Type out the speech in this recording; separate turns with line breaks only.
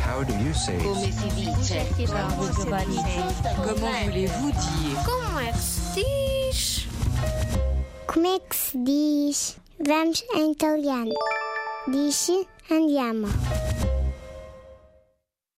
How do you say it?
Come si dice?
Come si dice?
Comment voulez-vous dire
Como é que se diz?
Como é que se diz? Vamos em italiano. Diz andiamo.